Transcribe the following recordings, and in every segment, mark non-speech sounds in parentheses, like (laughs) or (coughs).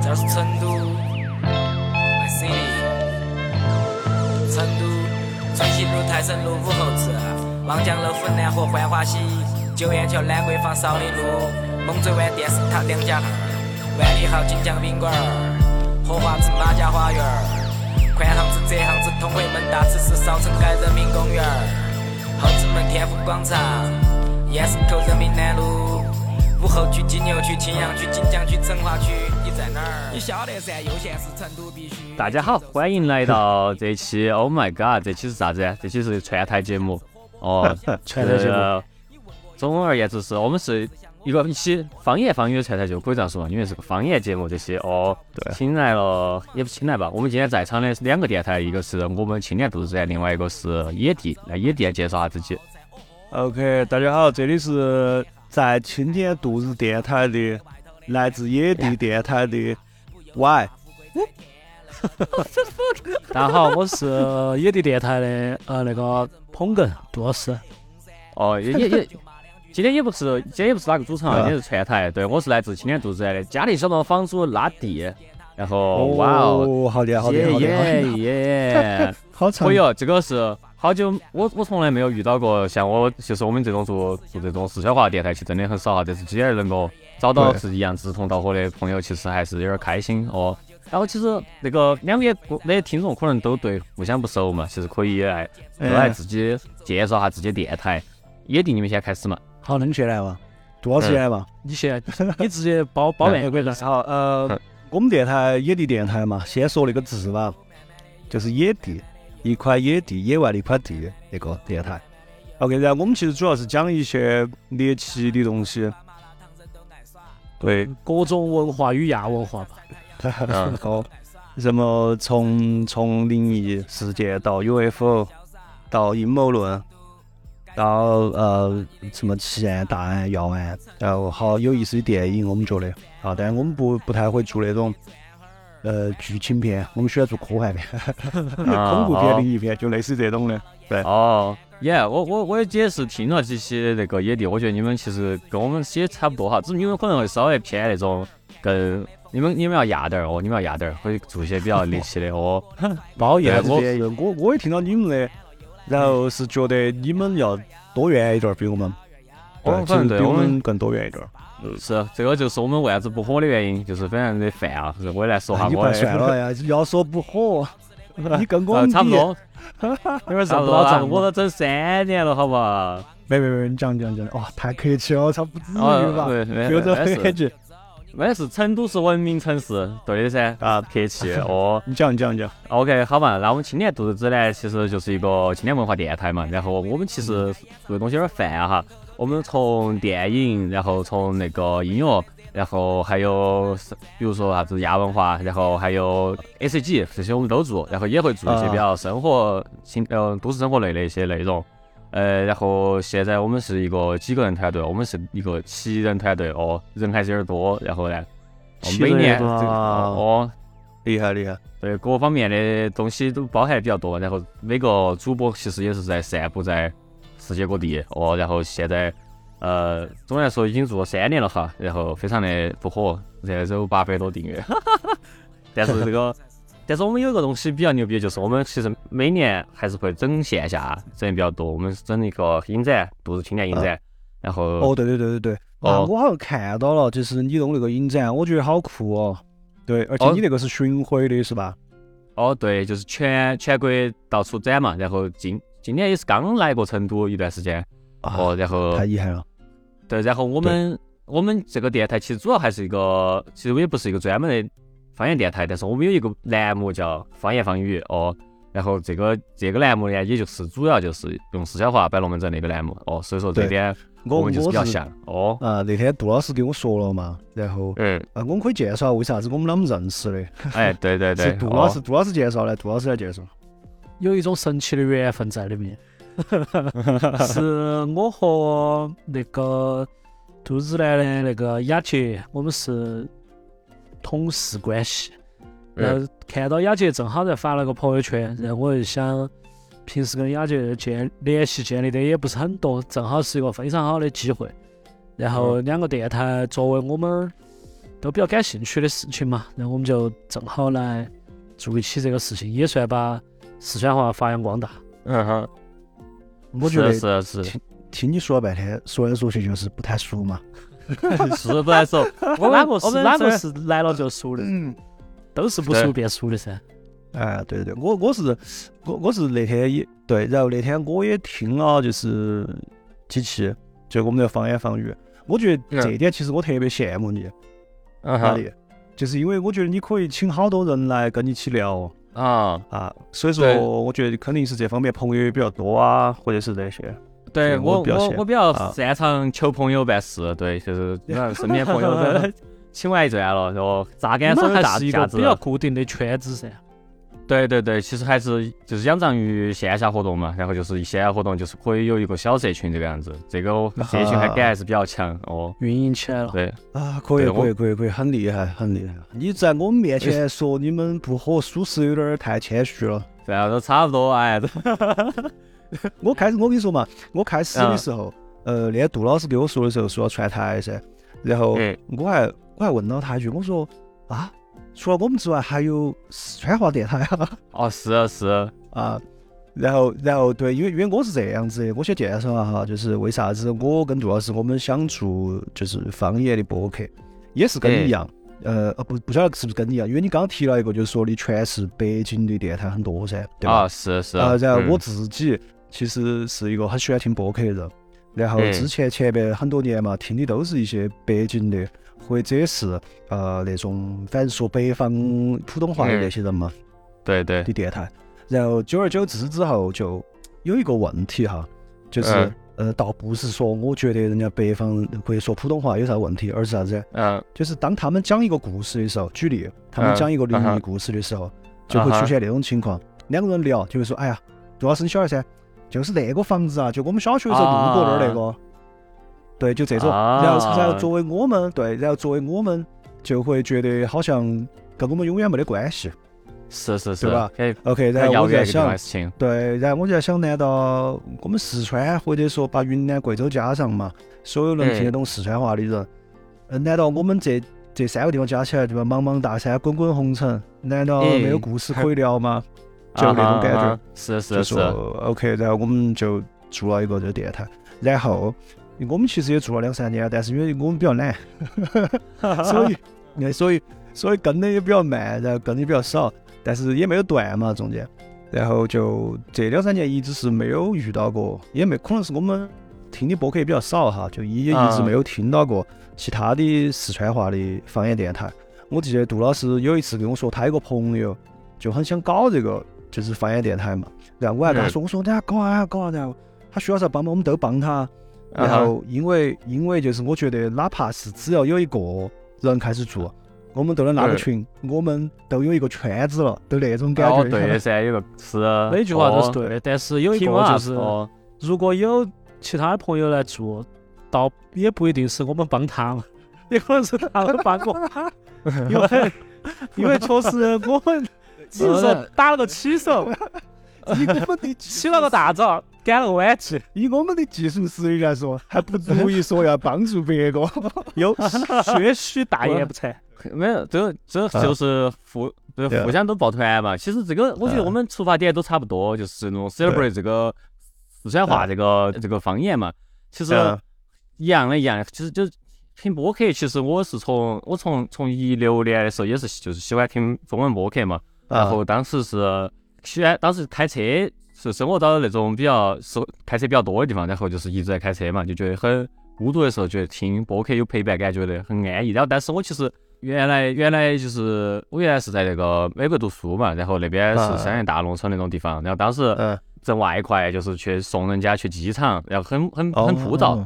假如成都，I see，成都，春熙路、泰升路、武侯祠、望江楼、府南河、浣花溪、九眼桥、兰桂坊、少林路、猛追湾电视塔、两家巷、万里豪锦江宾馆、荷花池马家花园、宽巷子、窄巷子、通惠门、大慈寺、少城街人民公园、后子门、天府广场、燕市口人民南路。武侯区、金牛区、青羊区、锦江区、成华区，你在哪儿？你晓得噻，右县是成都必须。大家好，欢迎来到这期 Oh My God，这期是啥子啊？这期是串台节目哦，串台节目呃。总而言之是，我们是一个一期方言方语的串台节目，可以这样说嘛，因为是个方言节目这些哦。对请来了也不是请来吧，我们今天在场的是两个电台，一个是我们青年都市站，另外一个是野地。来野地介绍下自己。 OK，大家好，这里是在青天度日电台的，来自野哎地电台的 Y。大家好，我是野地电台的呃那个捧哏杜老师， (laughs) 哦，也也也，今天也不是，今天也不是哪个主场，啊今天是串台。对，我是来自青年杜子的，家里小房房主拉弟。然后，哇哦，哦，好的，好的，耶好的，耶 (laughs) 耶！好长可以。哦，这个是好久，我我从来没有遇到过像我就是我们这种做做这种四川话电台，其实真的很少哈。啊但是今天能够找到对是一样志同道合的朋友，其实还是有点开心哦。然后其实那个两边的听众可能都对互相不熟嘛，其实可以来都来哎，自己介绍下自己电台。野地，你们先开始嘛。好，那你先来嗯嘛，多少时间嘛？你先，你直接包包办也可以的。好，呃嗯，我们电台野地电台嘛，先说那个字吧，就是野地，一块野地，野外的一块地，那个电台。OK，然后我们其实主要是讲一些猎奇的东西。对，各种文化与亚文化吧， (laughs) 嗯， (laughs) 好，什么从从灵异事件到 UFO，到阴谋论，到呃什么奇案、大案、要案，然后好有意思的电影，我们觉得啊，但我们不不太会做那种呃剧情片，我们喜欢做科幻片、 (laughs) 嗯恐怖好片、灵异片，就类似这种的。哦，耶、我我我也是听了几期那个野地，我觉得你们其实跟我们也差不多哈，只是你们可能会稍微偏那种更你们你们要压点儿哦，你们要压点儿，会做一些比较猎奇的 (laughs) 哦。包夜子边有我我也听到你们的，然后是觉得你们要多远一点儿，比我们，哦其实反正对比我我们们更多远一点儿。是，啊这个就是我们为啥子不火的原因，就是非常的烦啊。就是我也来说下哎你我快的，(laughs) 算了呀！要说不火，你跟我呃，们差不比， (laughs) 多，有点差不上不多到啊，账。我都整三年了，好不好？没没没，你讲讲讲，哇，太客气了，差不至于哦，嗯吧？对，没有这没种感事，觉没事，成都是文明城市，对的噻，啊！客气哦。你讲你讲你讲， OK，好嘛，那我们青年肚子呢，其实就是一个青年文化电台嘛。然后我们其实做的东西有点泛啊哈，我们从电影，然后从那个音乐，然后还有是比如说啥子亚文化，然后还有 A C G 这些我们都做，然后也会做一些啊比较生活、新呃都市生活类的一些内容。呃，然后现在我们是一个几个人团队，我们是一个七人团队哦，人还是有点多。然后呢，我们七每人啊年这哇哦，厉害厉害，对各方面的东西都包含比较多，然后每个主播其实也是在散布在世界各地哦，然后现在呃，总的来说已经做了三年了哈，然后非常的不火，热搜八百多订阅， (laughs) 但是这 (laughs) 个，但是我们有一个东西比较牛逼，就是我们其实每年还是会整线下整得比较多，我们是整一个影展，都是青年影展，然后哦，对对对对对，啊，哦我好像看到了，就是你弄那个影展，我觉得好酷哦。对，而且哦你那个是巡回的是吧？哦，对，就是全全国到处展嘛，然后今今年也是刚来过成都一段时间。啊，哦，然后太厉害了。对，然后我们我们这个电台其实主要还是一个，其实也不是一个专门的方言电台，但是我们有一个栏目叫方言方语哦。然后这个这个栏目呢，也就是主要就是用四川话摆龙门阵那个栏目哦，所以说这对点我们就是比较我是像哦。啊，那天杜老师跟我说了嘛，然后嗯， (laughs) 啊，我们可以介绍为啥子我们啷么认识的？哎，对对对是，杜老哦师，杜老师介绍的，杜老师来介绍。有一种神奇的缘分在里面。 (laughs) 是我和那个杜子兰的那个雅杰，我们是同事关系。嗯然后看到雅杰正好在发了个朋友圈，然后我就想，平时跟雅杰建联系建立的也不是很多，嗯正好是一个非常好的机会。然后两个电台作为我们都比较感兴趣的事情嘛，然后我们就正好来做一期这个事情，也算把四川话发扬光 (laughs) 大。嗯哼，我觉得是是 (laughs) 是听你说了半天，说来说去就是不太熟嘛。是不来 (laughs) 说，哦我哪们个我是们哪个这是来了就熟的，嗯，都是不对熟变熟的噻。哎，对对对，我我是我我是那天也对，然后那天我也听了就是几期，就我们的方言方语，我觉得这一点其实我特别羡慕你，嗯哪哼里？就是因为我觉得你可以请好多人来跟你一起聊啊，啊，所以对说我觉得肯定是这方面朋友也比较多啊，或者是那些。对对我我比较我闲我比较啊擅长求朋友办事，对，就是让身边朋友 (laughs) 请完一转了，然后榨干你所们有还价是一个价值啊比。较固定的圈子噻。对对对，其实还是就是仰仗于线下活动嘛，然后就是线下活动就是可以有一个小社群这个样子，这个我社群还感还是比较强哦。运营起来了，对，啊，可以，对我可以，可以，可以，很厉害，很厉害。你在我们面前说你们不合，属实有点儿太谦虚了。然后都差不多，哎，都我开始，我跟你说嘛，我开始的嗯时候，呃，那天杜老师给我说的时候说要串台噻，然后嗯我还我还问了他一句，我说啊，除了我们之外，还有四川话电台啊 (laughs) 哦是是，啊。然后，然后对，因为因为我是这样子的，我先介绍一下哈，就是为啥子我跟杜老师我们想做就是方言的博客，也是跟你一样，嗯呃，呃不不晓得是不是跟你一样，因为你刚刚提了一个，就是说的全是北京的电台很多噻，对吧？啊是是。啊，然后嗯我自己其实是一个很喜欢听播客的人，然后嗯之前前面很多年嘛，听的都是一些北京的，或者是呃那种反正说北方普通话的嗯那些人嘛对对的电台，然后久而久之之后就有一个问题哈，就是。嗯呃，倒不是说我觉得人家北方人会说普通话有啥问题，而是啥子？嗯就是当他们讲一个故事的时候，举例，他们嗯讲一个灵嗯异哼故事的时候，就啊会出现那种情况，两个人聊就会说，哎呀，杜老师你晓得噻，就是那个房子啊，就我们小学的时候路过那儿那个，对，就这种。啊然后，然后作为我们，对，然后作为我们就会觉得好像跟我们永远没得关系。是是是，对吧很 OK，然很后遥我就远一在个地方想的，事情。对，然后我就在想，难道我们四川或者说把云南、贵州加上嘛，所有能听得懂四川话的人，呃，难道我们这这三个地方加起来，对吧？茫茫大山，滚滚红尘，难道嗯没有故事可以聊吗？就那种感觉啊哈啊哈是就是是，说 OK，然后我们就做了一个这个电台，然后我们其实也做了两三年，但是因为我们比较懒， (laughs) 所 (laughs) 以呃所以所以跟的也比较慢，然后跟的比较少，但是也没有断嘛中间，然后就这两三年一直是没有遇到过，也没可能是我们听的播客也比较少哈，就也一直嗯没有听到过其他的四川话的方言电台。我记得杜老师有一次跟我说，他有个朋友就很想搞这个，就是方言电台嘛。然后我还嗯跟他说，我说等下搞啊搞啊，然后他需要啥帮忙，我们都帮他。啊然后因为因为就是我觉得，哪怕是只要有一个人开始做，我们都能拉个对群，我们都有一个圈子了，都那种感觉。嗯哦对的噻，有个是每句话都是哦对的，但是有一个听完就是，哦如果有其他的朋友来做，倒也不一定是我们帮他嘛， (laughs) 也可能是他们帮我， (laughs) 因为因为确实我们只是打了个起手，以我们的起了个大早，赶了个晚集， (laughs) 以我们的技术实力来说，还不足以说要帮助别个。嗯有些许大言不惭。没有，这这啊就是互就是啊对互相都抱团嘛。其实这个我觉得啊我们出发点都差不多，就是那种 celebrate 这个四川话啊这个这个方言嘛。其实啊嗯一样的，一样的，其实就听播客。其实我是从我从从一六年的时候也是就是喜欢听中文播客嘛。然啊后当时是喜欢，当时开车是生活到那种比较是开车比较多的地方，然后就是一直在开车嘛，就觉得很孤独的时候，觉得听播客有陪伴感，觉得很安逸。然后，但是我其实原来原来就是我原来是在那个美国读书嘛，然后那边啊是三联大农村那种地方，然后当时嗯，挣外快就是去送人家去机场，然后很很哦很枯燥，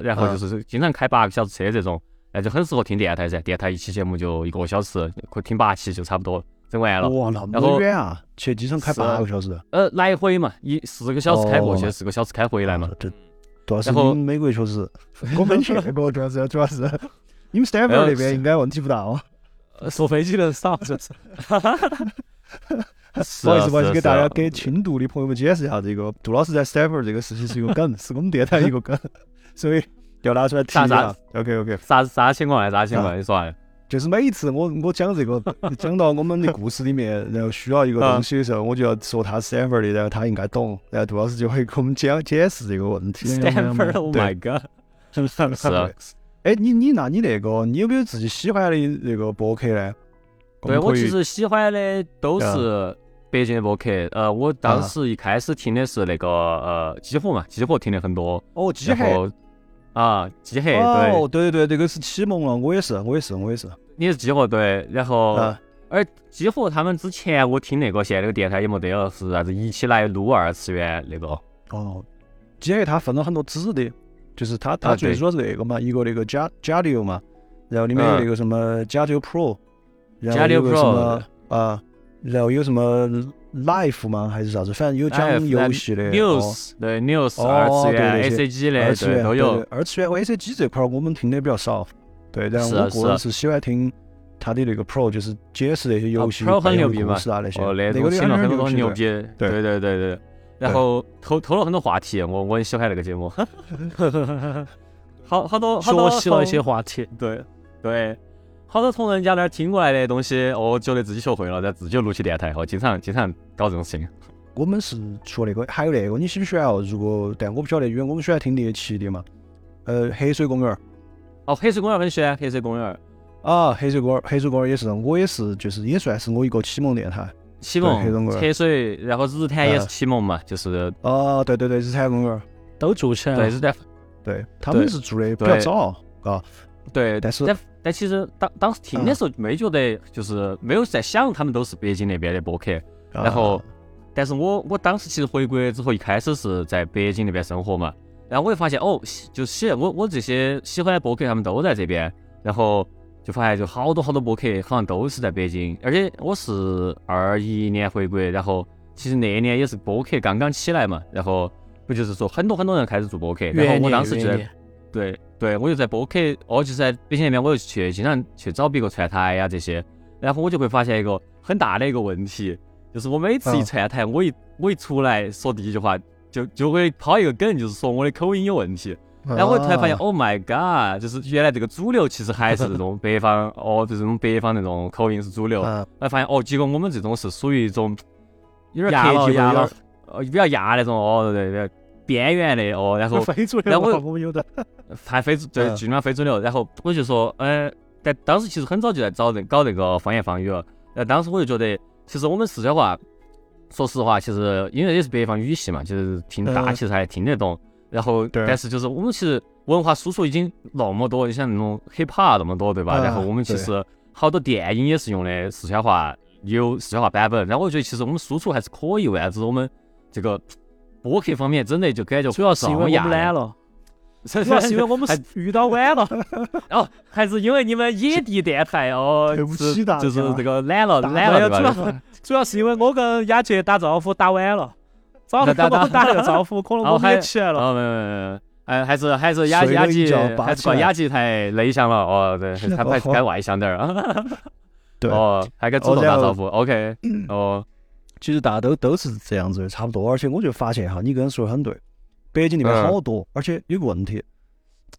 然后嗯就是经常开八个小时车这种，那就很适合听电台噻。电台一期节目就一个小时，可以听八期就差不多整完了。哇，那然后么远啊！去机场开是八个小时，呃，来回嘛，一四个小时开过去，哦四个小时开回来嘛。这主啊要是然后你们美国确 (laughs) 实，我们去过，主要是主要是你们 Stanford 那边应该问题不大哦。坐飞机人少，就是是啊哦不好意思，不好意思，是给大是家给轻度的朋友们解释一下，这个杜老师在 Stanford 这个事情是一个梗，是我们电台 (laughs) 一个梗，所以要拿出来提一啥下。OK OK，啥啥情况啊？啥情况？啊你说啊？就是每一次我我讲这个 (laughs) 讲到我们的故事里面，然后需要一个东西的时候，我就要说他是 Stanford 的，然后他应该懂，然后杜老师就会给我们讲解释这个问题。 Stanford，Oh my God，是 (laughs) 啊，哎，你你那你那个，你有没有自己喜欢的那个博客呢？对们我可以其实喜欢的都对啊啊是北京的播客，呃，我当时一开始听的是那个呃激活嘛，激活听的很多，哦，机然械后啊激黑，哦对，，对对对，这个是启蒙了，我也是，我也是，我也是。你是激活对，然后啊，而激活他们之前我听那个现在那个电台也没得了，是啥子一起来撸二次元那个，哦，机械它分了很多子的，就是它它啊最对主要是那个嘛，一个那个加加六嘛，然后里面有嗯那个什么加六 Pro，然后加六有个什 Pro 么啊，然后有什么 Life 吗？还是啥子？反正有讲 Life，游戏的哦哎 news 对 news 哦二次元 A 对对 C G 的二次对元都对有对，二次元和 A C G 这块儿我们听的比较少，对，然后是啊我是个啊人是喜欢听他的那个 Pro，就是解释那些游戏、啊，Pro 很牛逼嘛是啊那些，哦那那个种听了很多很很牛，逼，对对对对，然后偷偷了很多话题，我我很喜欢那个节目。好好多好多学习了一些从话题，对对，好多从人家那儿听过来的东西，我觉得自己学会了，然后自己就录起电台，哦我经常经常搞这种事情。我们是说那个，还有那个，你喜不喜欢哦？如果，但我不晓得，因为我们喜欢听猎奇的嘛。呃，黑水公园儿哦，黑水公园很喜欢，黑水公园啊，黑水公园儿，黑水公园儿也是，我也是，就是也算是我一个启蒙电台。启对黑水蒙公园黑水，然后日坛也是嗯启蒙嘛，就是哦，对对对，日坛公园儿，都做起来对了。日坛对他们对是做的比较对早啊。对，但是嗯但但其实当当时听的时候没觉得，就是没有在想他们都是北京那边的播客，啊然后，但是我我当时其实回国之后，一开始是在北京那边生活嘛，然后我就发现哦，喜就喜我我这些喜欢的播客他们都在这边，然后就发现就好多好多播客好像都是在北京，而且我是二一年回国，然后其实那一年也是播客刚刚起来嘛，然后不就是说很多很多人开始做播客，然元后我年当时元就在年对对，我就在播客，哦，就是在北京那边，我就去经常去找别个串台呀、这些，然后我就会发现一个很大的一个问题，就是我每次一嗯串台，我一我一出来说第一句话，就就会抛一个梗，就是说我的口音有问题，然后我突然发现、啊 o h my god，就是原来这个主流其实还是这种北方，哦，就是这种北方那种口音是主流，啊，然后发现哦，结果我们这种是属于一种有点压儿了客气，压有点了儿呃比较压那种，哦对对，边缘的哦，然后 (laughs) 非主然流后我嘛，我们有的。还非主对，嗯基本上非主流。然后我就说，呃，但当时其实很早就在找人搞那个方言方语了。呃，当时我就觉得，其实我们四川话，说实话，其实因为也是北方语系嘛，就是听大嗯其实还听得懂。然后，嗯对但是就是我们其实文化输出已经那么多，你像那种 hiphop 那么多，对吧？嗯然后我们其实好多电影也是用的四川话，有四川话版本。然后我觉得其实我们输出还是可以，为啥子我们这个播客方面真的就感觉主要是因为我 (laughs) 们懒了，了，主主要是因为我们还是遇到晚了。哦，还是因为你们野地电台哦，对不是起大家就是这个懒了，打懒了，主对吧？要主要是因为我跟雅杰打招呼打晚了，早上打跟打我打 (laughs) 了个招呼，可能哦我们也还起来了。哦，没有没有没有，哎，还是还是雅睡了雅一集，觉拔还是起来怪雅集太内向了哦，对， (laughs) 他还是该外向点儿啊。对哦，还该主动打招呼，OK，哦，其实大家都都是这样子的，差不多。而且我就发现哈，你跟人说的很对，北京那边嗯好多，而且有个问题，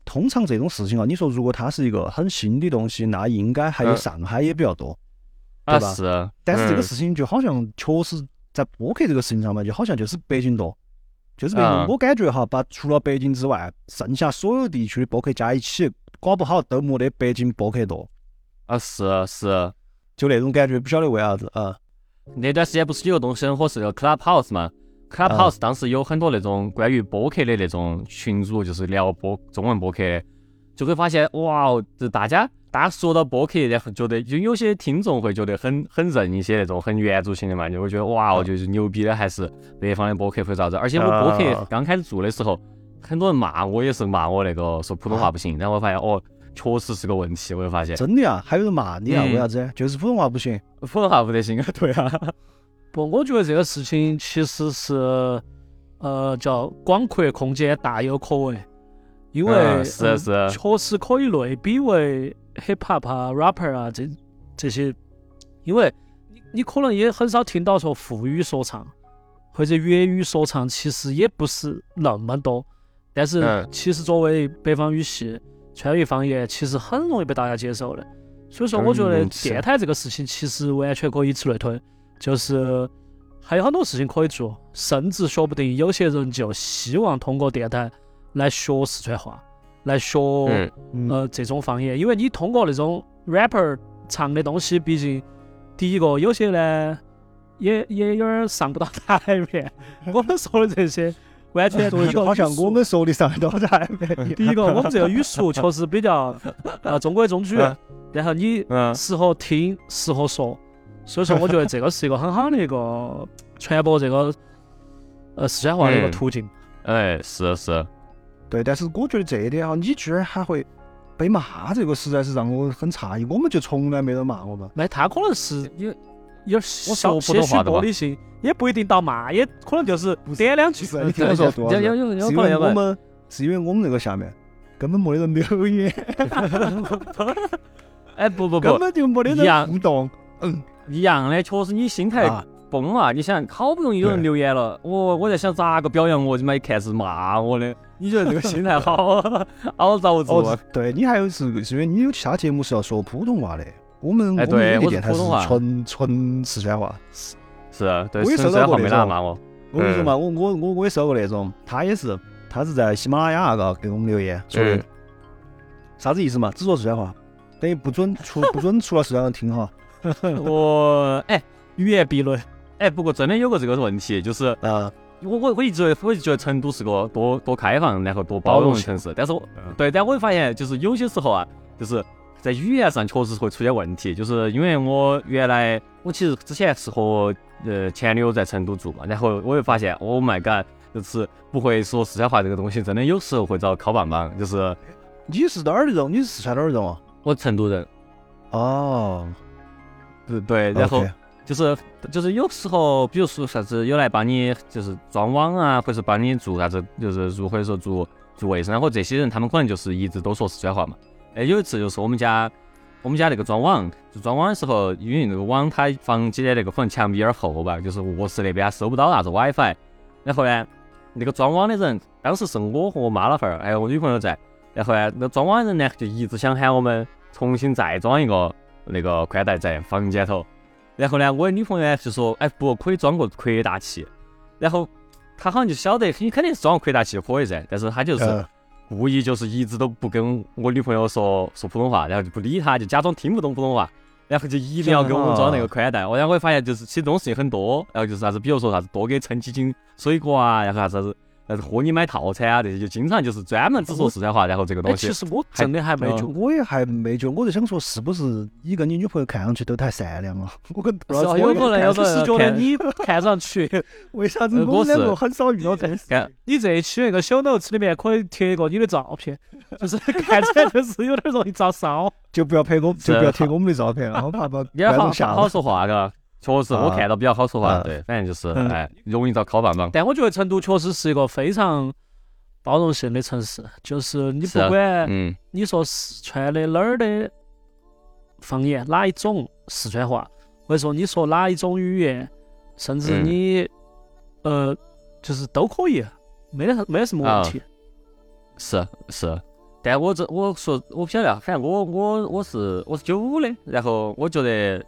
通常这种事情啊，你说如果它是一个很新的东西，那应该还有嗯上海也比较多。啊对吧是，但是这个嗯事情就好像确实在播客这个事情上面，就好像就是北京多，就是北京。嗯我感觉哈，把除了北京之外，剩下所有地区的播客加一起，搞不好都没得北京播客多，啊是是，就那种感觉，不晓得为啥子啊。那段时间不是有个东西很火是那个 Clubhouse 嘛？Clubhouse 当时有很多那种关于播客的那种群组，就是聊播中文播客的，就会发现哇，哦，这大家大家说到播客，然后觉得就有些听众会觉得很很认一些那种很原著性的嘛，就会觉得哇，哦，就是牛逼的还是北方的播客或者啥子。而且我播客啊刚开始做的时候，很多人骂我也是骂我那个说普通话不行，然后我发现哦，确实是个问题，我就发现真的啊，还有人骂你啊？嗯为啥子？就是普通话不行。普通话不得行， (laughs) 对啊，不，我觉得这个事情其实是，呃，叫广阔空间大有可为，(laughs) 因为、嗯是嗯是确实可以类比为 hip hop 啊、rapper 啊这这些，因为你你可能也很少听到说沪语说唱或者粤语说唱，其实也不是那么多，但是嗯其实作为北方语系、川渝方言，其实很容易被大家接受的。所以说，我觉嗯得嗯是电台这个事情其实完全可以以此类推，就是还有很多事情可以做，甚至说不定有些人就希望通过电台来学四川话，来学、嗯呃这种方言，因为你通过那种 rapper 唱的东西，毕竟第一个有些呢也也有点儿上不到台面，我们说的这些完全都是好像我们说的上到台面。 (laughs) 第一个，我们这个语速确实比较呃中规中矩嗯，然后你嗯，适合听，适合说，所以说我觉得这个是一个很好的一个传播这个呃四川话的一个嗯途径。哎，是是， (laughs) 对，但是我觉得这一点哈，你居然还会被骂，这个实在是让我很诧异。我们就从来没人骂我们。没，他可能呃是有有我小说普些通许话的吧玻璃心，也不一定到骂，也可能就是点两句不。 (laughs) 是，你听我说多少有有次？有有是因可能为有可我能们是因为我们那个下面根本没得人留言，哎，不不根不，本就没得一人样互动。一样的，确实你心态啊崩了。你想，好不容易有人对留言了，我我在想咋个表扬我，你妈一看是骂我的，你觉得这个心态好好 (laughs) 遭致 (laughs) 哦哦，对你还有是是因为你有其他节目是要说普通话的，我们哎我对们那我是个电台普通话是纯纯四川话。是啊对，我也虽收然到过话没那哪种骂我，我跟你说嘛，我我我我也收过那种，他也是，他是在喜马拉雅那个给我们留言说的嗯，啥子意思嘛？只说四川话，等于不准出不准出了四川人听哈。我哎语言壁垒，哎，不过真的有个这个问题，就是啊，我我我一直我一直觉得成都是个多多开放，然后多包容的城市，但嗯是我对，但我发现就是有些时候啊，就是在语言上确实会出现问题，就是因为我原来我其实之前是和呃前女友在成都住嘛，然后我又发现，Oh my god，就是不会说四川话这个东西，真的有时候会遭敲棒棒，就是你是哪儿的人？你是四川哪儿的人啊？我成都人，哦，对对，然后 OK 就是就是有时候，比如说啥子有来帮你就是装网啊，或者是帮你做啥子，就是如或者说做做卫生啊，或者这些人他们可能就是一直都说四川话嘛。哎，有一次就是我们家我们家那个装网，就装网的时候，因为那个网它房间的那个可能墙壁有点厚吧，就是卧室那边收不到啥子 WiFi，然后呢，那个装网的人当时是我和我妈老汉儿，哎还有我女朋友在，然后呢，那装网的人呢就一直想喊我们重新再装一个那个宽带在房间头。然后呢，我的女朋友呢就说，哎，不可以装个扩大器。然后她好像就晓得你肯定是装扩大器可以噻，但是她就是呃故意就是一直都不跟我女朋友说说普通话，然后就不理她，就假装听不懂普通话，然后就一定要给我们装那个宽带。我然后我发现就是其实这种事情很多，然后就是啥子，比如说啥子多给陈启金水果啊，然后啥子啥子。但是和你买套餐啊，这些就经常就是专门只说四川话，然后这个哎，东西其实我真的还没还觉，我也还没觉得，我在想说是不是你跟你女朋友看上去都太善良了？ (laughs) 我跟不知是道啊是有我可能有但可能是觉得你 (laughs) 看上去，为啥呃子我我们两是个很少遇到这种事？看你这一期那个小 notes 里面可以贴一个你的照片，就是 (laughs) 看起来就是有点容易遭烧。就不要拍我，是就不要贴我们的照片了，我怕把你要观好众吓好到。说话，嘎。确实，啊我看到比较好说话，啊对，反正就是嗯哎，容易遭敲棒棒。但我觉得成都确实是一个非常包容性的城市，就是你是不啊管嗯，你说四川的哪儿的方言，哪一种四川话，或者说你说哪一种语言，甚至嗯你、呃，就是都可以，没得啥没得什么啊问题。是是。但我这我说我不晓得啊，反正我我我是我是九五的，然后我觉得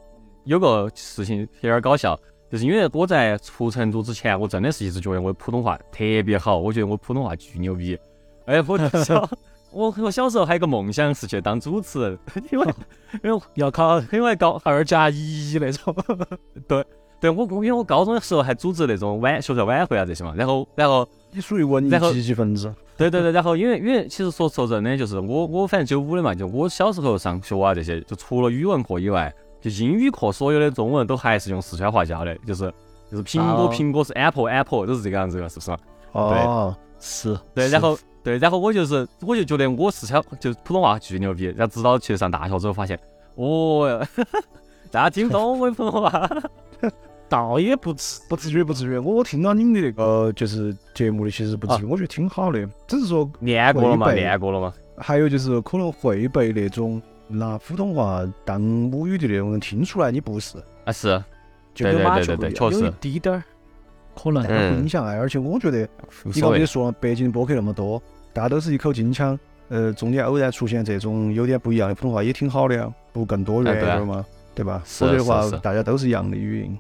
有个事情有点搞笑，就是因为我在出成都之前，我真的是一直觉得我的普通话特别好，我觉得我普通话巨牛逼。哎，我小我我小时候还有个梦想是去当主持人，因为因为要考因为高二加一那种，对我我因为我高中的时候还组织那种晚学校晚会啊这些嘛，然后然后你属于文艺然后积极分子。 (laughs) 对对对，然后因为因为其实说说真的，就是我我反正九五的嘛，就我小时候上学啊这些，就除了语文课以外，就英语课所有的中文都还是用四川话教的，就是就是苹果哦苹果是 apple apple 都是这个样子的，是不是嘛？哦，是。对，是然后对，然后我就是我就觉得我四川就是普通话巨牛逼，然后直到去上大学之后发现，哦， (laughs) 大家听不懂我的普通话， (laughs) 倒也不至不至于，不至于。我我听到你们的那个就是节目的，其实不啊至于，我觉得挺好的。只是说，练过了嘛，违背练过了嘛。还有就是可能会被那种拿普通话当母语的那种人听出来你不是，啊是，就对跟对马对球对不一对样，确有一实滴点儿可能。但不影响哎。而且我觉得，嗯无你所刚谓才。说北京的播客那么多，大家都是一口京腔，呃，中间偶然出现这种有点不一样的普通话也挺好的呀。不更多元哎一对啊点嘛，对吧？是啊否则的是话是，大家都是一样的语音，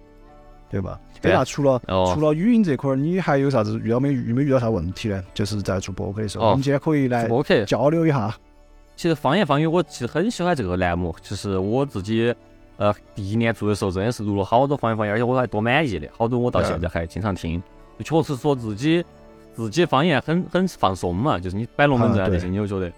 对吧？哎，对啊那除了除哦，了语音这块儿，你还有啥子遇到没遇没遇到啥问题呢？就是在做播客的时候，哦我们今天可以来 OK，交流一下。其其实方言方语，我其实很喜欢这个栏目。其实我自己，呃，第一年做的时候，真的是录了好多方言方言，而且我还多满意的，好多我到现在还经常听。确实说自己自己方言很很放松嘛，就是你摆龙门阵啊啊对这些，你就觉得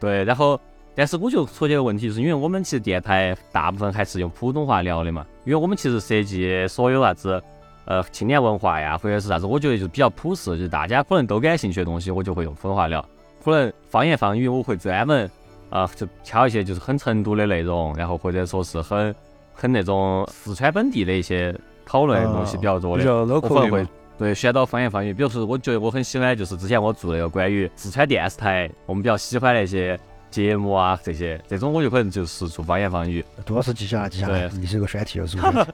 对。然后，但是我就出现个问题，就是因为我们其实电台大部分还是用普通话聊的嘛，因为我们其实设计所有啥子。呃，青年文化呀，或者是啥子，我觉得就比较普适，就是大家可能都感兴趣的东西，我就会用普通话聊。可能方言方语，我会专门啊，就挑一些就是很成都的内容，然后或者说是很很那种四川本地的一些讨论的东西比较多啊比的。较我可 local 能的会嘛，对选到方言方语，比如说我觉得我很喜欢，就是之前我做那个关于四川电视台，我们比较喜欢的一些节目啊这些，这种我有可能就是做方言方语。多少是记下来，记下来，对你是个选题，又是个选题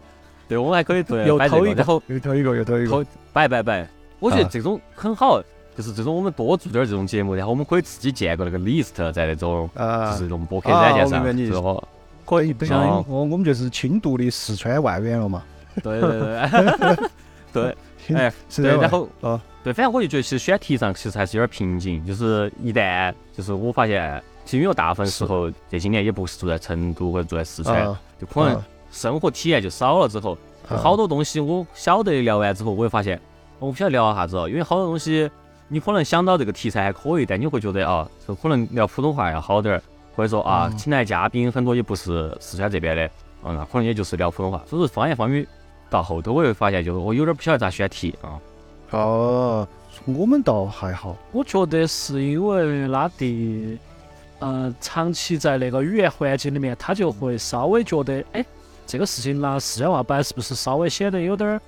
对，我们还可以做又摆这偷个，一个然后又投一个，又投一个投，摆摆摆，我觉得啊这种很好，就是这种我们多做点这种节目，然后我们可以自己建个那个 list，在那种就啊是，那种博客啊软件我上，明白你意思然 (laughs) 后可以，等于哦我我们就是轻度的四川外援了嘛，对对 (laughs) 对。对，轻哎，四对，川然外。后哦对，反正我就觉得其实选题上其实还是有点瓶颈，就是一旦就是我发现，其实因为我大部分时候这几年也不是住在成都或者住在四川，啊，就可能啊生活体验就少了之后，就啊好多东西我晓得聊完之后，我会发现我不晓得聊啥子哦，因为好多东西你可能想到这个题材还可以，但你会觉得啊，就可能聊普通话要好点儿，或者说啊，嗯请来嘉宾很多也不是四川这边的，嗯，那可能也就是聊普通话，所以说方言方语到后头我会发现，就是哦我有点不晓得咋选题啊。哦，我们倒还好，我觉得是因为拉蒂，呃，长期在那个语言环境里面，他就会稍微觉得，哎，这个事情拿四川话摆是不是稍微显得有点儿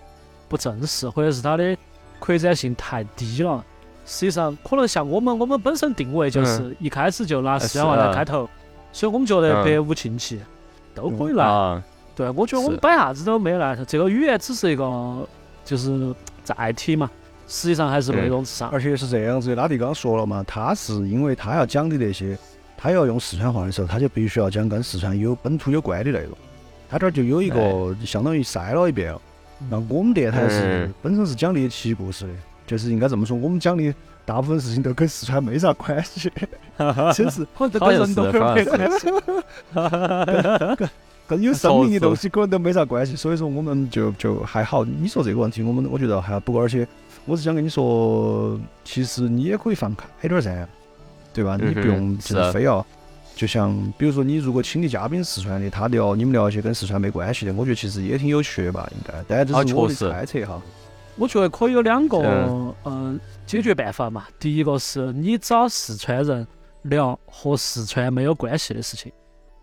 不正式，或者是它的扩展性太低了。实际上，可能像我们，我们本身定位就是一开始就拿四川话是啊来开头，所以我们觉嗯得百无禁忌，都可以来。啊，对，我觉得我们是摆啥子都没来头，这个语言只是一个就是载体嘛，实际上还嗯是内容至上。而且是这样子的，拉蒂刚刚说了嘛，他是因为他要讲的那些，他要用四川话的时候，他就必须要讲跟四川有本土有关的内容，他这儿就有一个相当于筛了一遍了。那我们电台是、嗯本身是讲猎奇故事的，就是应该这么说，我们讲的大部分事情都跟四川没啥关系，真是可能都 (laughs) 好跟像人是都没反而是关系，跟有生命的东西可能都没啥关系，所以说我们就就还好。你说这个问题，我们我觉得还好，不过而且我是想跟你说，其实你也可以放开点儿噻，对吧？嗯哼你不用就是是非要，就像比如说你如果请的嘉宾是四川的，他聊你们聊一些跟四川没关系的，我觉得其实也挺有趣的吧，应该。当然这是啊我确的实猜测哈。我觉得可以有两个嗯嗯、解决办法嘛。第一个是你找四川人聊和四川没有关系的事情；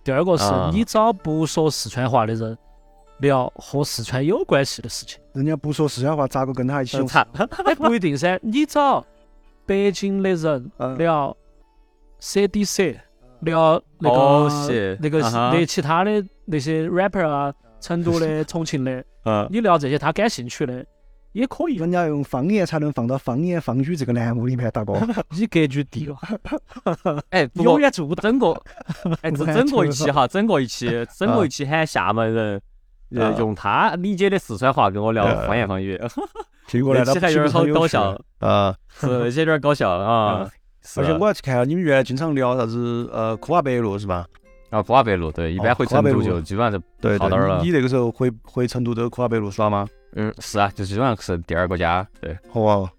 第二个是啊你找不说四川话的人聊和四川有关系的事 (laughs) 情。人家不说四川话，咋个跟他一起用？惨，哎，不一定噻，你找北京的人呃嗯聊 CDC，聊那个、哦是那个啊哈那其他的那些 rapper 啊，成 (laughs) 都的、重庆的， (laughs) 嗯，你聊这些他感兴趣的也可以，啊人家用方言才能放到方言方语这个栏目里面，大哥。 (laughs) 你格局低了， (laughs) 哎，不过永远做不到。整 (laughs) 个，哎，这我还整个一听期哈，整个一期，整个一期喊厦门人，呃，啊用他理解的四川话跟我聊啊方言方语，结果那呢，他期还有点好搞笑，啊！ (laughs) 是那些有点搞笑啊啊。是而且我还去看了你们原来经常聊啥子呃库瓦北路是吧？啊，瓜北路对，一般哦回瓜成北都路就基本上就，对跑对哪儿了，你那个时候回回成都都库瓦北路耍吗？嗯，是啊，就基本上是第二个家，对，哦，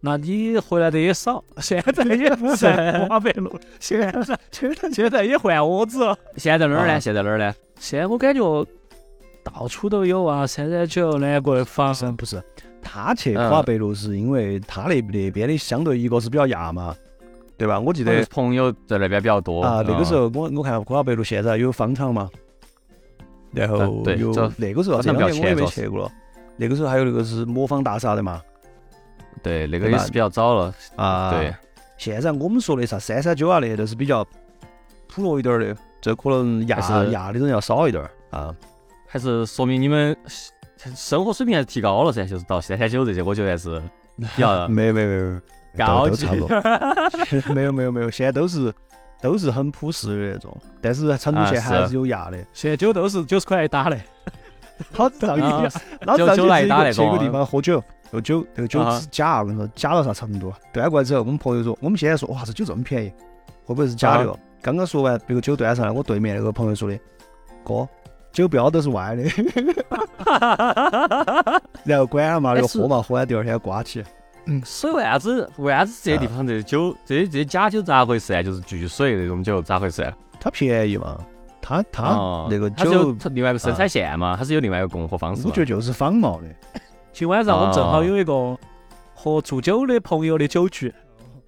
那你回来的也少，现在也不在华北路，现在现在现在也换窝子了。现在哪儿啊呢？现在哪儿呢？现在我感觉到处都有啊，三三九、南国房啊不，是不是，他去嗯库瓦北路是因为他那那边的相对一个是比较压嘛，对吧？我记记得朋友在那边比较多啊，那个时候候我我看库瓦北路现在有方场嘛，然后啊对有这那个时候方这场两比较年我浅也没主要是去过了，那个时候还有那个是魔方大厦的嘛对，那个对也吧是比较早了，啊，对，现在我们说的啥三三九啊那些都是比较普罗一点儿的，这可能压还是压的人要少一点儿啊。还是说明你们生活水平还是提高了噻，就是到三三九这些，我觉得还 (laughs) 是比较嗯没有没有没有，啊高都都级 (laughs) 差不多。没有没有没有，现在都是都是很朴实的那种，但是长途啊线还是是有压的。现酒都是九十块一打的，好让啊你， (laughs) 老子酒酒来一打那去一个种地方喝酒，那酒那个酒啊是假，我跟你说，假到啥程度？啊端过来之后，我们朋友说，我们现在说，哇，这酒这么便宜，会不会是啊假的哟？刚刚说完，别个酒端上来，我对面那个朋友说的，哥，酒标都是歪的， (laughs) 然后管他妈哎的是喝嘛，喝完第二天刮起，所以为啥子为啥子这些地方这酒这些这些假酒咋回事啊？就是聚水那种酒咋回事啊？它便宜嘛，它它哦啊那个它是有酒，它另外一个生产线嘛，它是有另外一个供货方式我嘛觉。得就是仿冒的。今晚上我们正好啊有一个和做酒的朋友的酒局，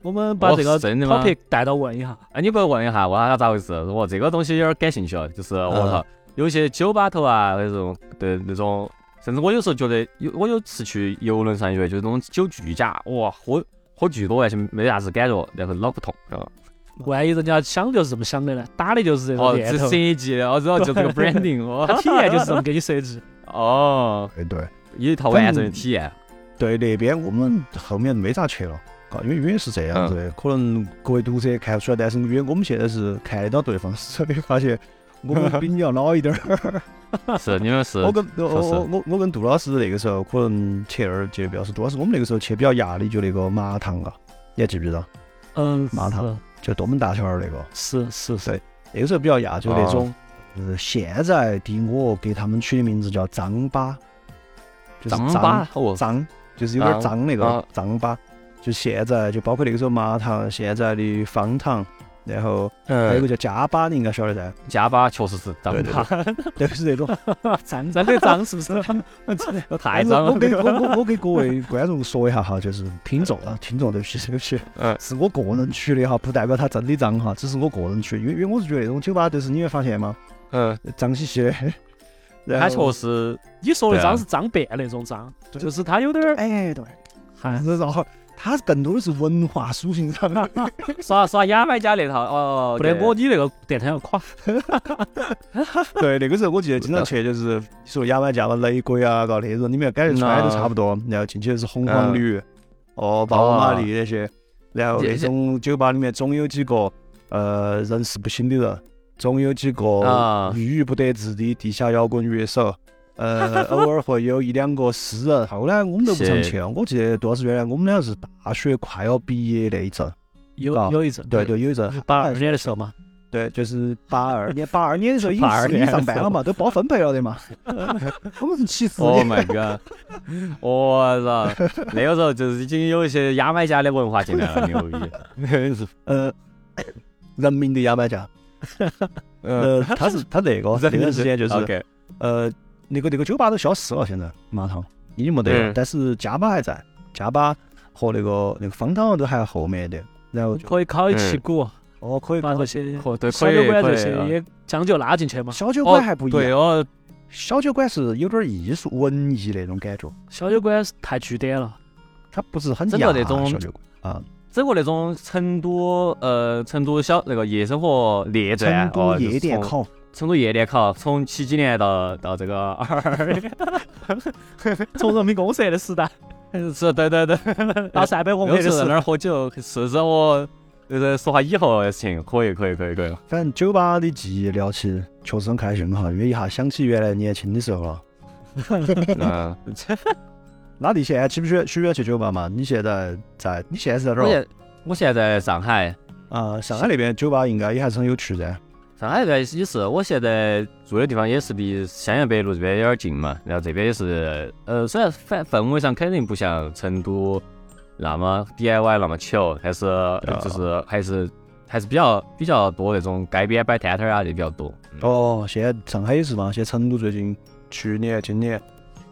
我们把这个哦真的吗 topic 带到问一下。哎，你不要问一下，问下它咋回事？我这个东西有点感兴趣哦，就是我嗯操，有些酒吧头啊那种对那种，甚至我有时候觉得有我有次去游轮上一回，就是那种酒巨假，哇，喝喝巨多完全没啥子感觉，然后脑壳痛，然后万一人家想就是这么想的呢，打的就是这嗯哦， (laughs) 个念这头， (laughs) 设计，我知道就这个 branding，他哦体验就是这么给你设计。 (laughs) 哦，对对有一套完整的体验。对，那边我们后面没咋去了。啊，因为因为是这样子嗯的，可能各位读者看不出来，但是因为我们现在是看得到对方，所以发 (laughs) 现我们比你要老一点儿。是你们是我跟我确实我我我跟杜老师那个时候可能去那儿去的比较是，杜老师我们那个时候去比较压的就那个麻糖啊，你还记不记得？嗯，麻糖就东门大桥儿那个，是是是，对那个时候比较压就那哦种，呃，现在的我给他们取的名字叫张巴，就是张张巴哦，脏，就是有点脏脏那个啊脏吧。就现在，就包括那个时候麻糖，现在的方糖，然后还有嗯个，叫加巴，你应该晓得噻， (laughs) 加巴确实是脏对对吧，都是那种。 (laughs) 脏脏的脏是不是？ (laughs) 太脏我我给了。我我我给各位观众说一下哈，就是听众啊，听众对不起对不起， (laughs) 嗯是我个人取的哈，不代表它真的脏哈，只是我个人取，因为因为我是觉得那种酒吧就是你会发现嘛，嗯，脏兮兮的，然它后确实你说的对啊脏是脏变那种脏，对就是他有点 (laughs) 儿哎对，还然后它更多的是文化属性上啊的。耍耍牙买加那套哦，不然对我你那个电台要垮。对，那个时候我记得经常去，就是说牙买加嘛、雷鬼啊，搞那种，你们感觉穿的都差不多，然后进去是红黄绿，哦，巴宝马利那些，然后这那种酒吧里面总有几个呃人事不兴的人，总有几个啊，郁郁不得志的地下摇滚乐手。呃，偶尔会有一两个诗人。后来我们都不常去了。我记得多少是原来我们俩是大学快要毕业那一阵，有啊有一阵，对，对，有一阵八二年的时候嘛，对，就是八二年，八二年的时候已经82已经年的上班时候了嘛，都包分配了的嘛。我们是七四，Oh 年， my god，我操，那个时候就是已经有一些牙买加的文化进来了，牛逼，真是，呃，人民的牙买加，嗯， (laughs) 呃，他是他 (laughs) 那个那段时间就是 OK，呃，那个那个酒吧都消失了，现在麻糖已经没得了，嗯但是加巴还在，加巴和那个那个方糖都还后面的，然后就可以考一期嗯股，哦可以，把那些可对，小可酒以馆可这以些啊，也将就拉进去嘛。小酒哦馆还不一对样，哦，小酒馆是有点艺术文艺那种感觉，小酒馆是太聚点了，它不是很整雅个那种小酒馆啊，整个那种呃成都呃成都小那个夜生活列成传，都哦夜店，就是从烤。成都夜店烤，从七几年到到这个 (laughs) 二，从人民公社的时代是对对对，到三 (laughs) 百红有黑次的时在那代，儿喝酒，是是我就是说下以后的事情，可以可以可以可 (laughs) 以，反正酒吧的记忆聊起确实很开心哈，因为一下想起原来年轻的时候了。嗯，那你现在喜不喜欢喜不喜欢去酒吧嘛？你现在在你现在是在哪我儿现我现在在上海，啊？啊，上海那边酒吧应该也还是很有趣噻。上海这边也是，我现在住的地方也是离襄阳北路这边有点近嘛，然后这边也是，呃，虽然氛氛围上肯定不像成都那么 DIY 那么巧，但是啊就是还是还是比较比较多那种街边摆摊摊儿啊也比较多。嗯哦，现在上海也是嘛，现在成都最近去年、今年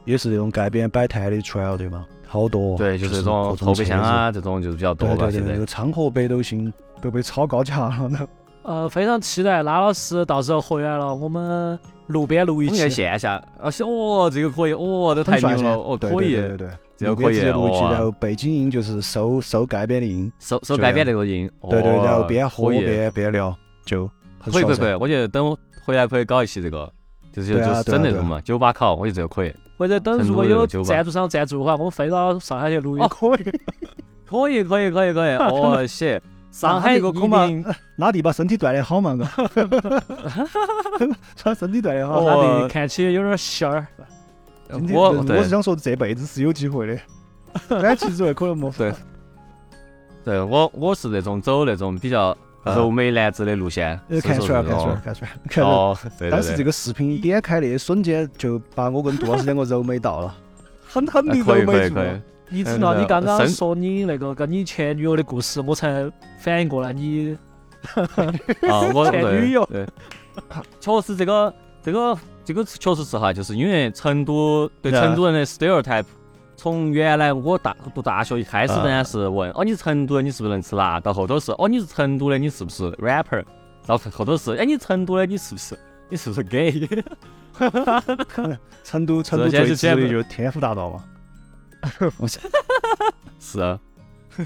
也是那种街边摆摊的出来了，对吗？好多。对，就是是这种后备箱车子。啊，这种就是比较多对吧。对现对，那在个昌河北斗星都被炒高价了呢。呃，非常期待拉老师到时候回来了，我们路边录一我们在期。线下，啊，是哦，这个可以，哦，这太很帅牛噻了，哦，对可对以对，对对，这个路边可直接以，哦录一期，然哇，后背景音就是收收街边的音。手手就干这边样那个音，对对，哦然后边喝可以边边聊，就很可以爽可以噻可以，我觉得等回来可以搞一期这个，就是对啊就是对啊整那对啊种嘛，酒吧烤，我觉得这个可以。或者等成如都果的有酒吧赞助商赞助的话，我们飞到上海去录 (laughs) 音哦。可以可以可以可以，哦 shit，上海那个恐怕移民拉弟把身体锻炼好 (laughs) 嘛，嘎，他 (laughs) 身体锻炼好。哦那你看起有点仙儿，今天我我对是想说这辈子是有机会的，哎短期之内可能没法。对对我我是那种走那种比较柔美男子的路线，啊呃，看出来，看出来，看出来，看出来。哦，对当时对这对，个视频一点开，那一瞬间就把我跟杜老师两个柔美到了，狠狠的哎可以柔可美以住可以了。，你知道嗯你刚刚神说你那个跟你前女友的故事，我才反应过来你 (laughs) 啊，我前女友对，对 (laughs) 确实这个这个这个确实是哈，就是因为成都对对啊成都人的 stereotype，从原来我大读大学一开始啊人家是问哦你是成都的你是不是能吃辣，到后头是哦你是成都的你是不是 rapper，到后头是哎你成都的你是不是你是不是 gay， (laughs) 成都成都这些最就知见不的得就是天府大道嘛，是啊